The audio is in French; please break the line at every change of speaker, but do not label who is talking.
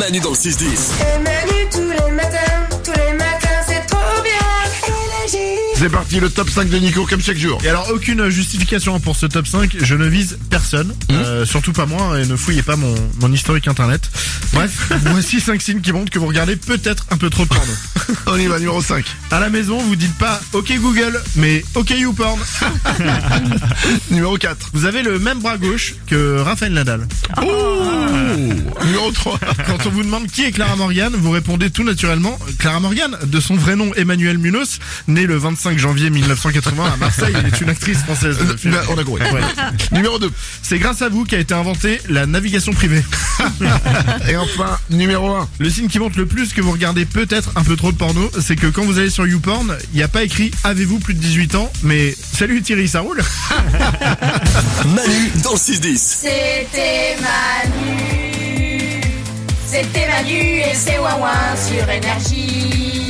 Manu dans le 6-10.
Et Manu tous les matins, tous les matins, c'est trop bien. Énergie.
C'est parti, le top 5 de Nico, comme chaque jour.
Et alors, aucune justification pour ce top 5. Je ne vise personne, euh, surtout pas moi, et ne fouillez pas mon, mon historique internet. Bref, voici 5 signes qui montrent que vous regardez peut-être un peu trop de porno.
On y va, numéro 5.
À la maison, vous dites pas OK Google, mais OK YouPorn.
Numéro 4.
Vous avez le même bras gauche que Raphaël Nadal.
Numéro 3.
Quand on vous demande qui est Clara Morgan, vous répondez tout naturellement Clara Morgan, de son vrai nom Emmanuel Munoz, née le 25 janvier 1980 à Marseille, elle est une actrice française. de film.
on a compris.
Ouais.
Numéro 2.
C'est grâce à vous qu'a été inventée la navigation privée.
Et enfin, numéro 1.
Le signe qui montre le plus que vous regardez peut-être un peu trop de porno, c'est que quand vous allez sur YouPorn, il n'y a pas écrit avez-vous plus de 18 ans, mais salut Thierry, ça roule
Manu dans le 6-10.
C'était Manu. C'était Manu et c'est Wawa sur énergie.